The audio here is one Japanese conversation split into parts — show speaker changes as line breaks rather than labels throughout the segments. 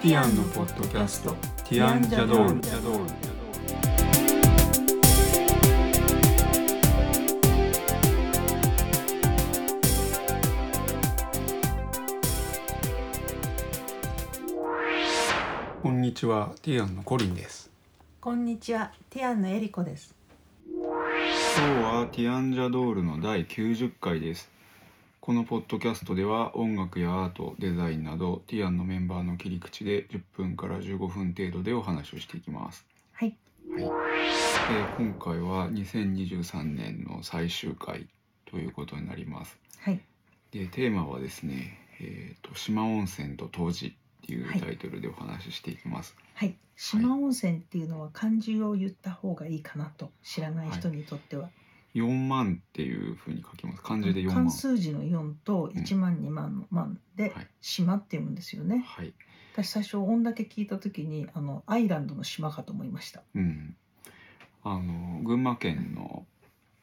ッドキャスト「ティアンジャドール」こんにちはティアンのコリンです
こんにちは、ティアンのエリコです。
今日はティアンジャドールの第90回ですこのポッドキャストでは音楽やアートデザインなどティアンのメンバーの切り口で10分から15分程度でお話をしていきます、
はい、
えー今回は2023年の最終回ということになります
はい、
でテーマはですね「えーと島温泉と湯治」ってい
はいう
タイトルでお話ししていきます、
はい、島温泉っていうのは漢字を言った方がいいかなと、知らない人にとっては。
4万っていうふうに書きます漢字で4万
漢数字の四と
うん
一万二万の万で
はい、
島って読むんですよね。
はい
私最初音だけ聞いた時に、あのアイランドの島かと思いました。
うん、あの群馬県の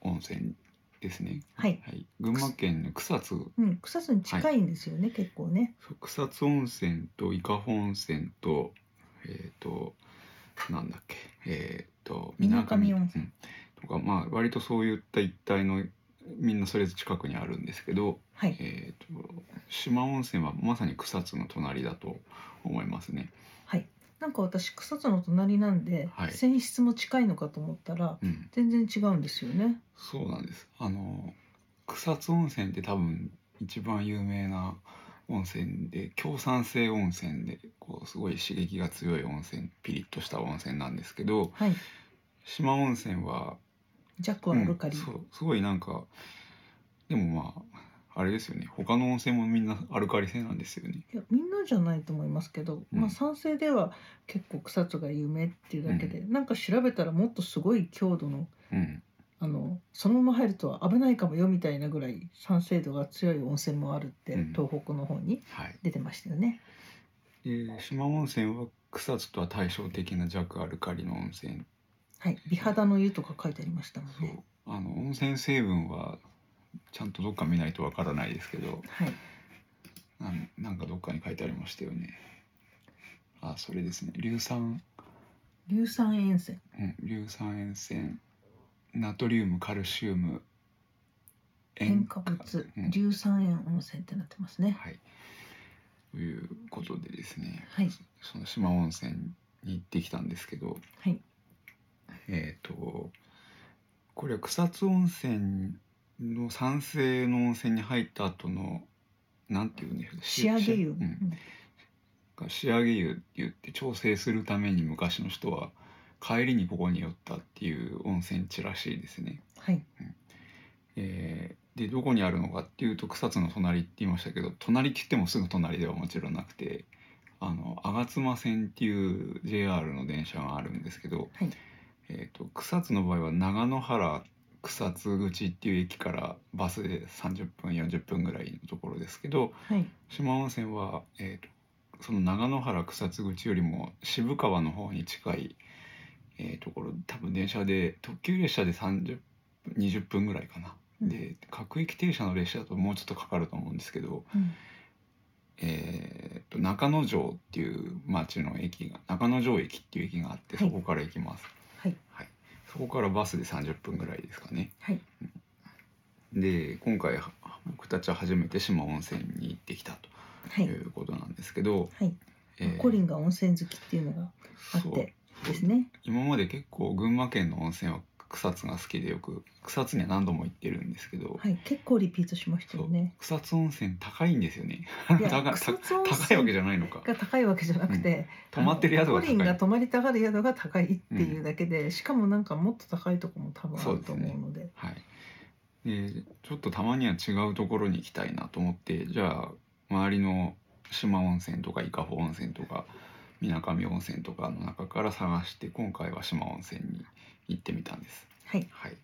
温泉ですね、
はい、
はい、群馬県の草津
うん、草津に近いんですよね、結構ね。
そう草津温泉と伊香保温泉とえっ、となんだっけえっ、と
水上温
泉、うんとかまあ割とそういった一帯のみんなそれぞれ近くにあるんですけど、
はい、
えー、と島温泉はまさに草津の隣だと思いますね。
はい。なんか私草津の隣なんで、
はい
泉質も近いのかと思ったら
うん
全然違うんですよね。
そうなんです。あの草津温泉って多分一番有名な温泉で強酸性温泉でこうすごい刺激が強い温泉ピリッとした温泉なんですけど
はい、
島温泉は、
弱アルカリ。
うんそうすごいなんかでもまああれですよね他の温泉もみんなアルカリ性なんですよね。
いやみんなじゃないと思いますけど、
うん
まあ賛成では結構草津が有名っていうだけで、なんか調べたらもっとすごい強度の
うん、
あのそのまま入るとは危ないかもよみたいなぐらい酸性度が強い温泉もあるって、
うん
東北の方に
はい。
出てましたよね。
で島温泉は草津とは対照的な弱アルカリの温泉
はい、美肌の湯とか書いてありましたもん
そう
ね。
あの温泉成分はちゃんとどっか見ないとわからないですけど
はい、
なんなんかどっかに書いてありましたよねあそれですね硫酸、
硫酸塩泉、
うん、硫酸塩泉ナトリウムカルシウム
塩化物、
うん
硫酸塩温泉ってなってますね。
はいということでですね
はい、
その島温泉に行ってきたんですけど
はい、
えっ、とこれは草津温泉の酸性の温泉に入った後のなんていうんでしょう
仕上げ湯、
うん
うん
が仕上げ湯って言って調整するために昔の人は帰りにここに寄ったっていう温泉地らしいですね。
はい、
えーでどこにあるのかっていうと草津の隣って言いましたけど隣って言ってもすぐ隣ではもちろんなくてあの吾妻線っていう JR の電車があるんですけど、
はい
えー、と草津の場合は長野原草津口っていう駅からバスで30分40分ぐらいのところですけど、
はい、
島温泉は、えーとその長野原草津口よりも渋川の方に近い、えーところ多分電車で特急列車で30分20分ぐらいかな、
うん
で各駅停車の列車だともうちょっとかかると思うんですけど、
うん
えーと中野城っていう町の駅が中野城駅っていう駅があって
は
そ
い
こから行きます、
はい、
そこからバスで30分ぐらいですかね。
はい
で今回は僕たちは初めて島温泉に行ってきたと。
はいい、
うことなんですけど、
はい。
えー
コリンが温泉好きっていうのがあっ
そう
てですね。
今まで結構群馬県の温泉は草津が好きでよく草津には何度も行ってるんですけど、
はい、結構リピートしましたよね。
草津温泉高いんですよね
いや
高い
草津温泉
高いわけじゃないのか
が高いわけじゃなくて、
泊まってる宿
コ
が
リンが
高
泊まりたがる宿が高いっていうだけで、しかもなんかもっと高いとこも多分あると思うので、
いでちょっとたまには違うところに行きたいなと思ってじゃあ周りの島温泉とか伊香保温泉とか水上温泉とかの中から探して今回は島温泉に行ってみたんです。
はい、
はい、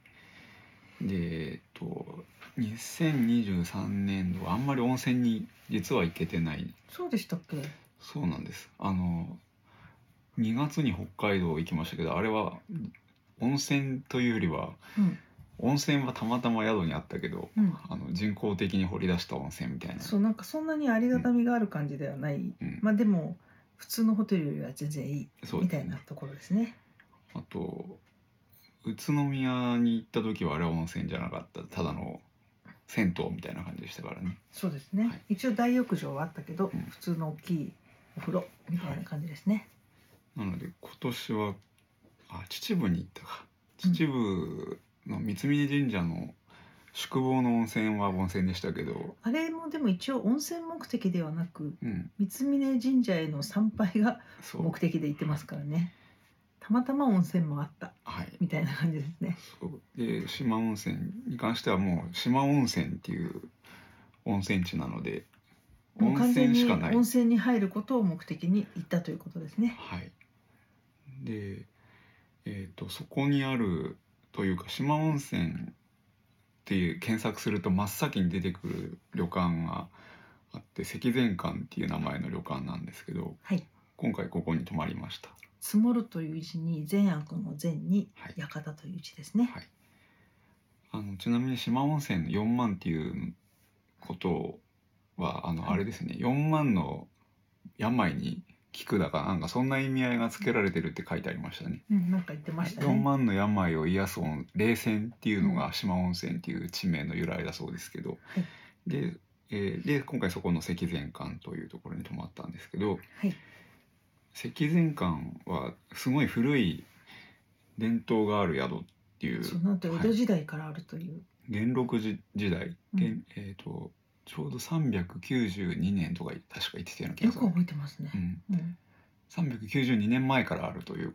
でえっと2023年度はあんまり温泉に実は行けてない
そうでしたっけ？
そうなんですあの2月に北海道行きましたけどあれは温泉というよりは
うん、
温泉はたまたま宿にあったけど
うん。
あの人工的に掘り出した温泉みたいな
そうなんかそんなにありがたみがある感じではない。
うん
まあでも。普通のホテルよりは全然いい
そう
み
で
た
す
いな
ね
ところですね。
あと宇都宮に行った時はあれは温泉じゃなかったただの銭湯みたいな感じでしたからね
そうですね、
はい
一応大浴場はあったけど、
うん
普通の大きいお風呂みたいな感じですね。
なので今年はあ秩父に行ったか秩父の三峯神社の宿坊の温泉は温泉でしたけど、
あれもでも一応温泉目的ではなく
うん、
三峯神社への参拝が
そう
目的で行ってますからねたまたま温泉もあった
はい
みたいな感じですね
そうで四万温泉に関してはもう四万温泉っていう温泉地なので
もう
温
完全
泉し
に
かない
温泉に入ることを目的に行ったということですね
はい。で、えっ、とそこにあるというか島温泉っていう検索すると真っ先に出てくる旅館があって積善館っていう名前の旅館なんですけど、
はい
今回ここに泊まりました。
積もるという字に善悪の善に
はい。
館という字ですね
はい。あのちなみに島温泉の4万っていうことはあの
はい
あれですね、4万の病に効くだかなんかそんな意味合いがつけられてるって書いてありましたね。
うん、なんか言ってました
4
ね
万の病を癒す温冷泉っていうのが島温泉っていう地名の由来だそうですけど、
い
で,、えーで今回そこの積善館というところに泊まったんですけど
はい
積善館はすごい古い伝統がある宿っていう
そうなんと江戸時代からあるという、
元禄時時代、
うん
でえー、とちょうど392年とか確か言ってたような気
よ
がす
く
る、
覚えてますね
う、ん、
うん
392年前からあるという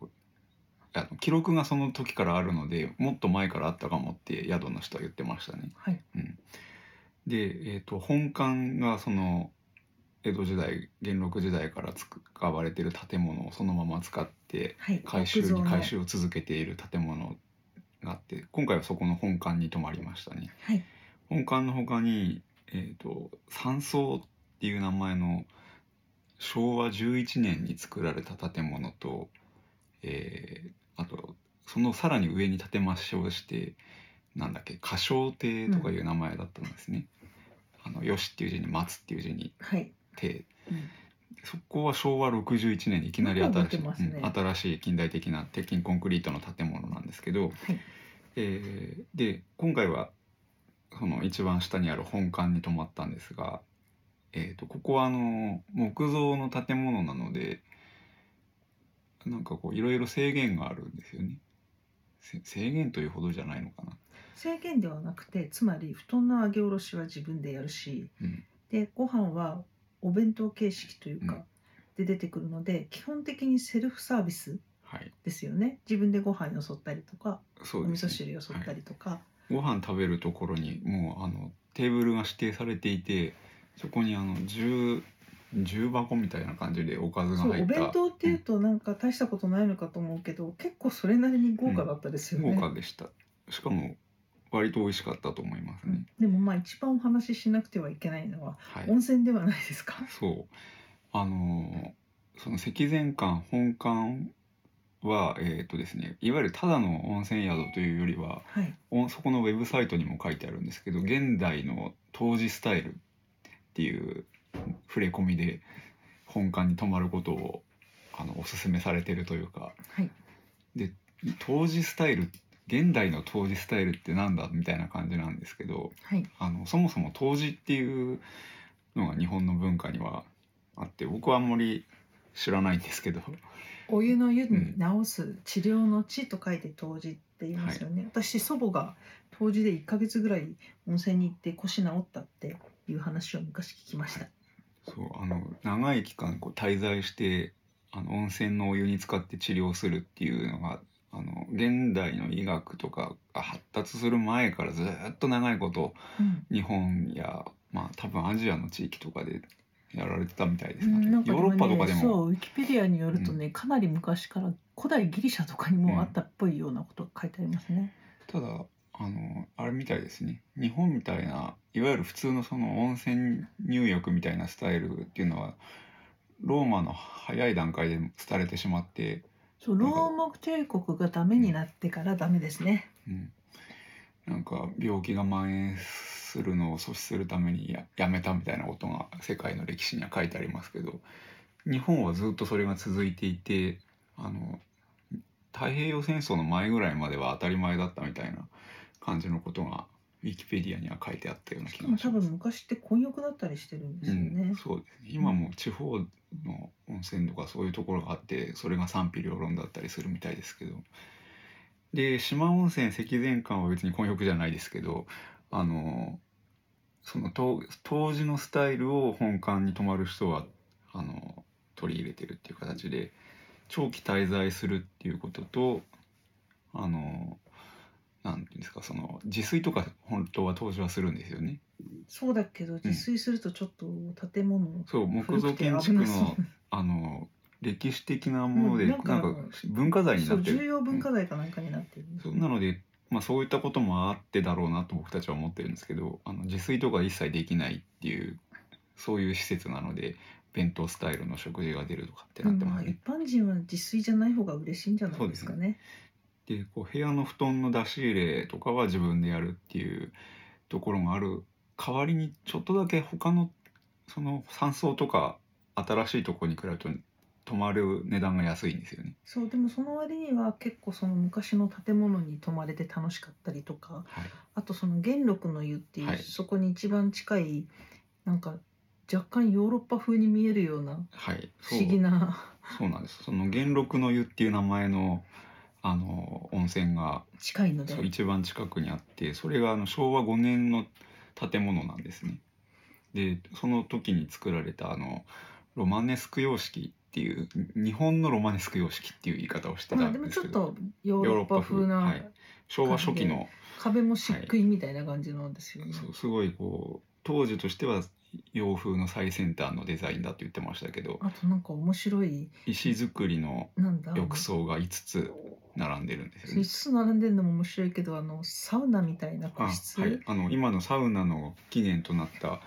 あの記録がその時からあるのでもっと前からあったかもって宿の人は言ってましたね。
はい
で、えー、と本館がその江戸時代元禄時代から使われている建物をそのまま使って
はい
改修に改
木造の
修を続けている建物があって今回はそこの本館に泊まりましたね。
はい
本館のほかに、えー、と三層っていう名前の昭和11年に作られた建物と、えーあとそのさらに上に建て増しをしてなんだっけ歌唱亭とかいう名前だったんですね。あのよしっていう字に松っていう字に
はい、
亭
うん
そこは昭和61年にいきなり
よく覚
新し
え
てい、
ますね
うん新しい近代的な鉄筋コンクリートの建物なんですけど、
はい
えーで今回はその一番下にある本館に泊まったんですが、えー、とここはあの木造の建物なのでなんかこういろいろ制限があるんですよね。せ制限というほどじゃないのかな。
制限ではなくてつまり布団の上げ下ろしは自分でやるし、
うん
でご飯はお弁当形式という
うん
か、で出てくるので基本的にセルフサービス
はい、
ですよね自分でご飯よそったりとか、
そ
お
う
味
です
噌
ね
汁よそったりとか、
ご飯食べるところにもうあのテーブルが指定されていてそこにあの重重箱みたいな感じでおかずが
そう
入
お
っ
弁
た
当っていうとなんか大したことないのかと思うけど、結構それなりに豪華だったですよね、
豪華でしたしかも割と美味しかったと思います
う
ね、
んでもまあ一番お話ししなくてはいけないのは
はい
温泉ではないですか、
そうあのーその積善館本館はえっ、とですねいわゆるただの温泉宿というよりは
はい、
おそこのウェブサイトにも書いてあるんですけど現代の当時スタイルっていう触れ込みで本館に泊まることをあのおすすめされてるというか
はい、
当時スタイル現代の当時スタイルってなんだみたいな感じなんですけど
はい、
あのそもそも当時っていうのが日本の文化にはあって僕はあんまり知らないんですけど
お湯の湯
うん
に治す治療の治と書いて湯治って言いますよね、私祖母が湯治で1ヶ月ぐらい温泉に行って腰治ったっていう話を昔聞きました、
そうあの長い期間こう滞在してあの温泉のお湯に使って治療するっていうのがあの現代の医学とかが発達する前からずっと長いこと
うん
日本や、まあ、多分アジアの地域とかでやられてたみたいで
う
すかね
んなん
ヨーロッパとかで
そ
も
うウィキペディアによるとね、かなり昔から古代ギリシャとかにもあったっぽいようなことが書いてありますね、
ただあのあれみたいですね日本みたいないわゆる普通のその温泉入浴みたいなスタイルっていうのはローマの早い段階で廃れてしまって
そうローマ帝国がダメになってからダメですね、
うんなんか病気が蔓延するのを阻止するためにややめたみたいなことが世界の歴史には書いてありますけど日本はずっとそれが続いていてあの太平洋戦争の前ぐらいまでは当たり前だったみたいな感じのことがウィキペディアには書いてあったような
し
気
か
がしま
も
す
多分昔って混浴だったりしてるんです
う
よね
ん、。そうですね今も地方の温泉とかそういうところがあってそれが賛否両論だったりするみたいですけどで四万温泉積善館は別に混浴じゃないですけどあのその当当時のスタイルを本館に泊まる人はあの取り入れてるっていう形で長期滞在するっていうこととあのなんていうんですかその自炊とか本当は当時はするんですよね。
そうだけど自炊するとちょっと建物
そう木
古
造
くて
建
危
築
なそう
のあの歴史的なもので、
うん
な
なん
か
んか
文化財に
そ
なっ
う
て
重
る
要文化財かなんかになってる、
そうなので、まあ、そういったこともあってだろうなと僕たちは思ってるんですけどあの自炊とか一切できないっていうそういう施設なので弁当スタイルの食事が出るとかってなってます
うん
ね。
一般人は自炊じゃない方が嬉しいんじゃないですかね。
でこう部屋の布団の出し入れとかは自分でやるっていうところもある代わりにちょっとだけ他のその山荘とか新しいところに比べると泊まる値段が安いんですよね。
そうでもその割には結構その昔の建物に泊まれて楽しかったりとか
はい
あとその元禄の湯っていう、
はい
そこに一番近いなんか若干ヨーロッパ風に見えるような
はい、
不
そう
思議な
そうなんですその元禄の湯っていう名前のあの温泉が
近いので
そう一番近くにあってそれがあの昭和5年の建物なんですねでその時に作られたあのロマネスク様式っていうに日本のロマネスク様式っていう言い方をして
ま
た
あ
ん
でも
で
ち
す
ょ
け
っ
ど、
とヨーロッパ風な、
はい昭和初期の
壁も漆喰みたいな感じなんですよね。
そうすごいこう当時としては洋風の最先端のデザインだって言ってましたけど
あとなんか面白い
石造りの
なんだ
浴槽が5つ並んでるんですよね
5。つ並んでるのも面白いけどあのサウナみたいな個
あ
室、
はい、あの今のサウナの起源となった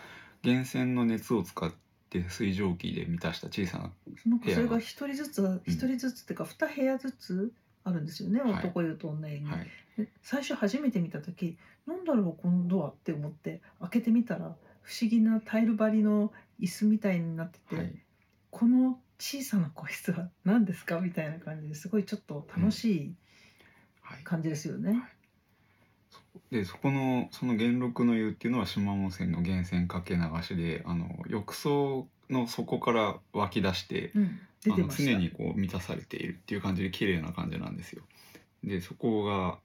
源泉の熱を使って水蒸気で満たした小さな
なんかそれ
部屋が
が一人ずつ一人ずつっていうか二部屋ずつあるんですよね、
はい
男湯と女湯に、
はい、
で最初初めて見た時なんだろうこのドアって思って開けてみたら不思議なタイル張りの椅子みたいになってて、
はい、
この小さな個室は何ですかみたいな感じですごいちょっと楽しい
はい、
感じですよね。
でそこのその元禄の湯っていうのは四万温泉の源泉かけ流しであの浴槽の底から湧き出して
うん、出てました
あの常にこう満たされているっていう感じで綺麗な感じなんですよ。でそこが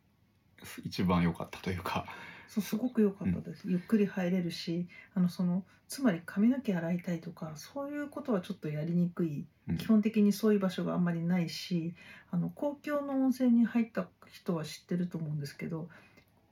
一番良かったというか、
そうすごく良かったです、ゆっくり入れるしあのそのつまり髪の毛洗いたいとかそういうことはちょっとやりにくい、
うん
基本的にそういう場所があんまりないしあの公共の温泉に入った人は知ってると思うんですけど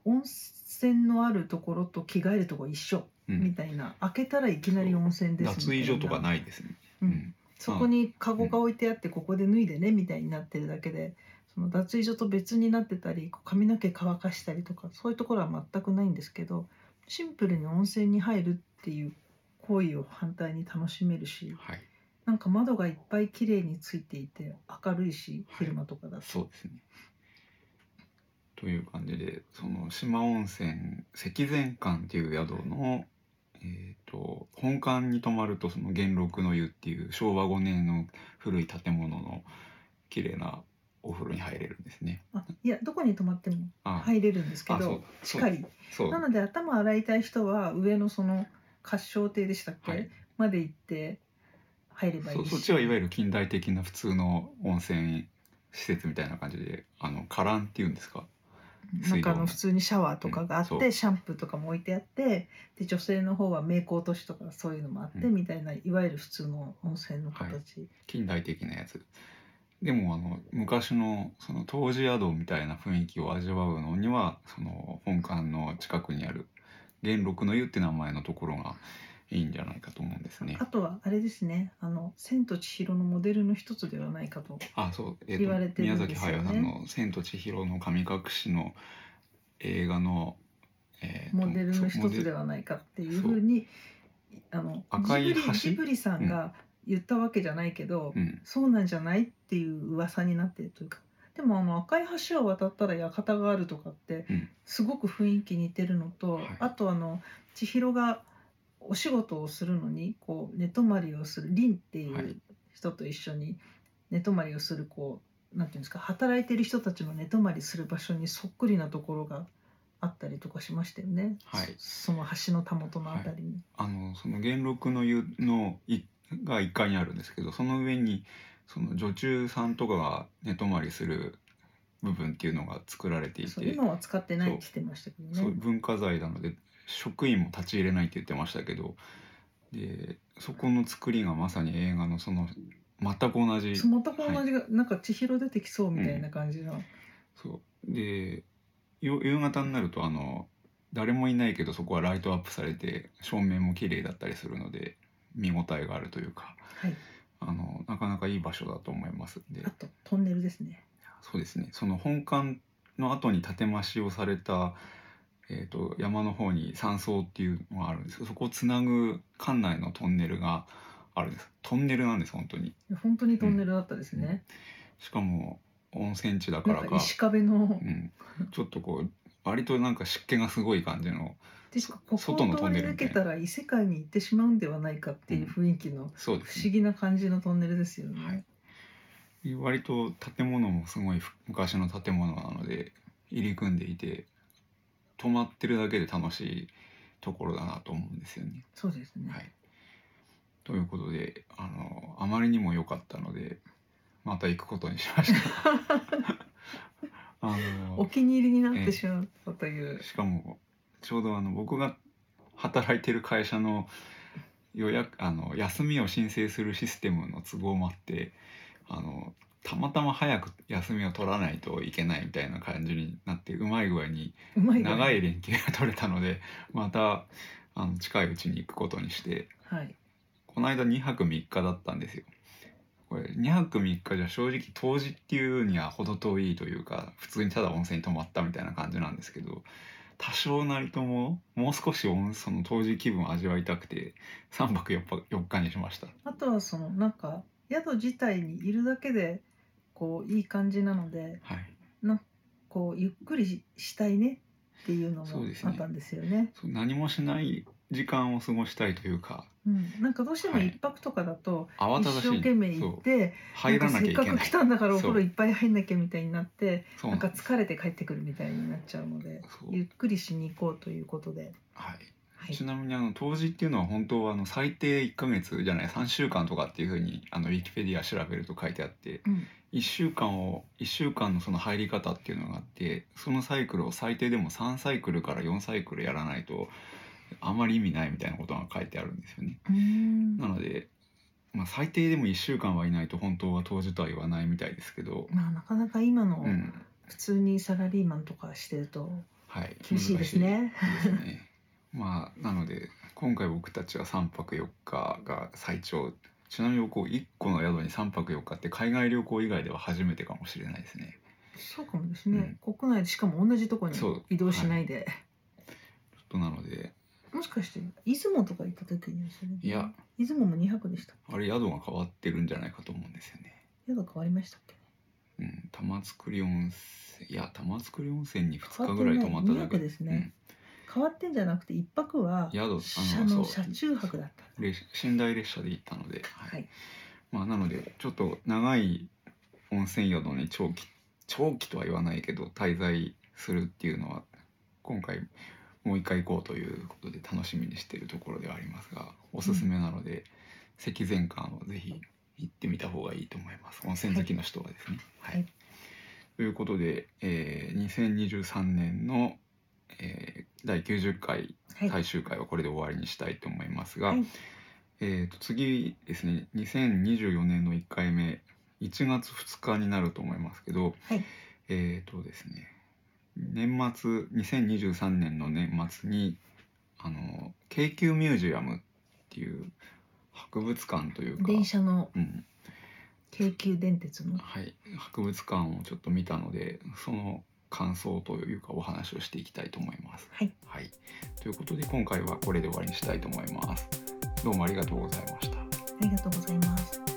温泉のあるところと着替えるところ一緒
うん
みたいな、開けたらいきなり温泉です
脱衣所とか
い、
ないですね。
う、
うんん、
そこにカゴが置いてあってここで脱いでねみたいになってるだけでその脱衣所と別になってたりこう髪の毛乾かしたりとかそういうところは全くないんですけどシンプルに温泉に入るっていう行為を反対に楽しめるし
はい、
なんか窓がいっぱい綺麗についていて明るいし
はい
昼間とかだと、
そうですね。という感じでその四万温泉積善館っていう宿の、えー、と本館に泊まるとその元禄の湯っていう昭和5年の古い建物の綺麗なお風呂に入れるんですね。
あいやどこに泊まっても
あ、
入れるんですけ
あそう
ど近い
そう
なので頭洗いたい人は上のその褐祥亭でしたっけ、
はい
まで行って入ればいい
そ
し
そっちはいわゆる近代的な普通の温泉施設みたいな感じであのカランっていうんですか
なんかあの普
水
通にシャワーとかがあっ
うん
て、
そう
シャンプーとかも置いてあってで女性の方はメイク落としとかそういうのもあって、
うん
みたいないわゆる普通の温泉の形、
近代的なやつでもあの昔のその湯治宿みたいな雰囲気を味わうのにはその本館の近くにある元禄の湯って名前のところがいいんじゃないかと思うんですね
あ。とはあれですねあの「千と千尋」のモデルの一つではないかと
あそう、えーと
言われてる
宮
ん
崎
ですよね
駿さんの「千と千尋の神隠し」の映画の、えーと
モデルの一つ
そ
で
う
はないかっていうふうにあの
赤い
ジブ
橋
リジブリさんが言ったわけじゃないけど、
モデルうん、
そうなんじゃないっていう噂になってるというかでもあの赤い橋を渡ったら館があるとかって
うん
すごく雰囲気似てるのと、
はい
あとあの千尋がお仕事をするのにこう寝泊まりをする凛ってい
はいう
人と一緒に寝泊まりをするこうなんていうんですか働いてる人たちの寝泊まりする場所にそっくりなところがあったりとかしましたよね、
はい
そその橋のたもとのあたりに。
あのその元禄の湯のいが1階にあるんですけどその上にその女中さんとかが寝泊まりする部分っていうのが作られてい
そう
て
今は使ってないって言ってましたけど
そう
ね。
文化財なので職員も立ち入れないって言ってましたけどでそこの作りがまさに映画のその全く同じ
そう全く同じが、なんか千尋出てきそうみたいな感じの、
そうでよ夕方になるとあの誰もいないけどそこはライトアップされて照明も綺麗だったりするので見応えがあるというか
はい、
あのなかなかいい場所だと思いますんで
あとトンネルですね。
そうですねその本館の後に建て増しをされた、えー、と山の方に山荘っていうのがあるんですけどそこをつなぐ館内のトンネルがあるんですトンネルなんです本当に
本当にトンネルだったですね。
しかも温泉地だから
なん
か
か石壁の
う、ん、ちょっとこう割となんか湿気がすごい感じの
確かここを
外のト
通
ンネ
り
ル
抜
みたい
け
な
たら異世界に行ってしまうんではないかっていう雰囲気の
そうで
不
す
思
ね
議な感じのトンネルですよ
は
ね
い。割と建物もすごい昔の建物なので入り組んでいて泊まってるだけで楽しいところだなと思うんですよね。
そうですね。
はい、ということであのあまりにも良かったのでまた行くことにしま した。あ
お
の
気に入りになってしまったという。
しかもちょうどあの僕が働いてる会社の予約あの休みを申請するシステムの都合もあってあのたまたま早く休みを取らないといけないみたいな感じになってうまい具合に
うまい具合に
長い連休が取れたのでまたあの近いうちに行くことにして
はい。
この間2泊3日だったんですよ。これ2泊3日じゃ正直当時っていうには程遠いというか普通にただ温泉に泊まったみたいな感じなんですけど多少なりとももう少し温その当時気分を味わいたくて3泊4日 ,4 日にしました。
あとはそのなんか宿自体にいるだけでこういい感じなので、
はい、
こうゆっくりししたいねっていうの
そ
も
うです
あ
ね
ったんですよね。
そう何もしない時間を過ごしたいというか
うん。なんかどうしても
はい
一泊とかだと
慌
一
ただし
生
い
懸命
そ
行っ
う
て、
入ら
ん
な
か
き
せ
ゃ
っ
い
か
け
く
ない
来たんだからお風呂
そう
いっぱい入んなきゃみたいになって。
そう
な
なんん
か
です
疲れて帰ってくるみたいになっちゃうので
そう
ゆっくりしに行こうということで、
はい
はい
ち、なみにあの当時っていうのは本当はあの最低1ヶ月じゃない3週間とかっていうふうにあのウィキペディア調べると書いてあって
うん
1週間を1週間のその入り方っていうのがあってそのサイクルを最低でも3サイクルから4サイクルやらないとあまり意味ないみたいなことが書いてあるんですよね。
うーん
なので、まあ、最低でも1週間はいないと本当は当時とは言わないみたいですけど、
まあなかなか今の
うん
普通にサラリーマンとかしてると
はい、
厳しいですね。
難しいですねまあなので今回僕たちは3泊4日が最長ちなみに僕1個の宿に3泊4日って海外旅行以外では初めてかもしれないですね。
そうかもですね、国内でしかも同じとこに
そう
移動しないで、
ちょっとなので
もしかして出雲とか行った時にそれ
いや
出雲も2泊でした
あれ宿が変わってるんじゃないかと思うんですよね。
宿変わりましたっけ
うん、玉造温泉いや玉造温泉に2
変わ
日
っ
ぐ
て
ら
ない
い泊まった
2
だけ
泊ですね、変わってんじゃなくて1泊は
宿あの
車の
そう
車中泊だった
うん列寝台列車で行ったので、
はい、
まあなのでちょっと長い温泉宿に長期長期とは言わないけど滞在するっていうのは今回もう一回行こうということで楽しみにしているところではありますがおすすめなので、関前館をぜひ行ってみた方がいいと思います温泉好きの人はですね。
はい
はいということで、えー2023年の、えー第90回
はい
最終回はこれで終わりにしたいと思いますが、
はい
えーと次ですね2024年の1回目1月2日になると思いますけど、
はい
えっ、とですね年末2023年の年末にあの京急ミュージアムっていう博物館というか
電車の
うん、
京急電鉄の
はい、博物館をちょっと見たのでその感想というかお話をしていきたいと思います。
はい、
ということで今回はこれで終わりにしたいと思います。どうもありがとうございました。
ありがとうございます。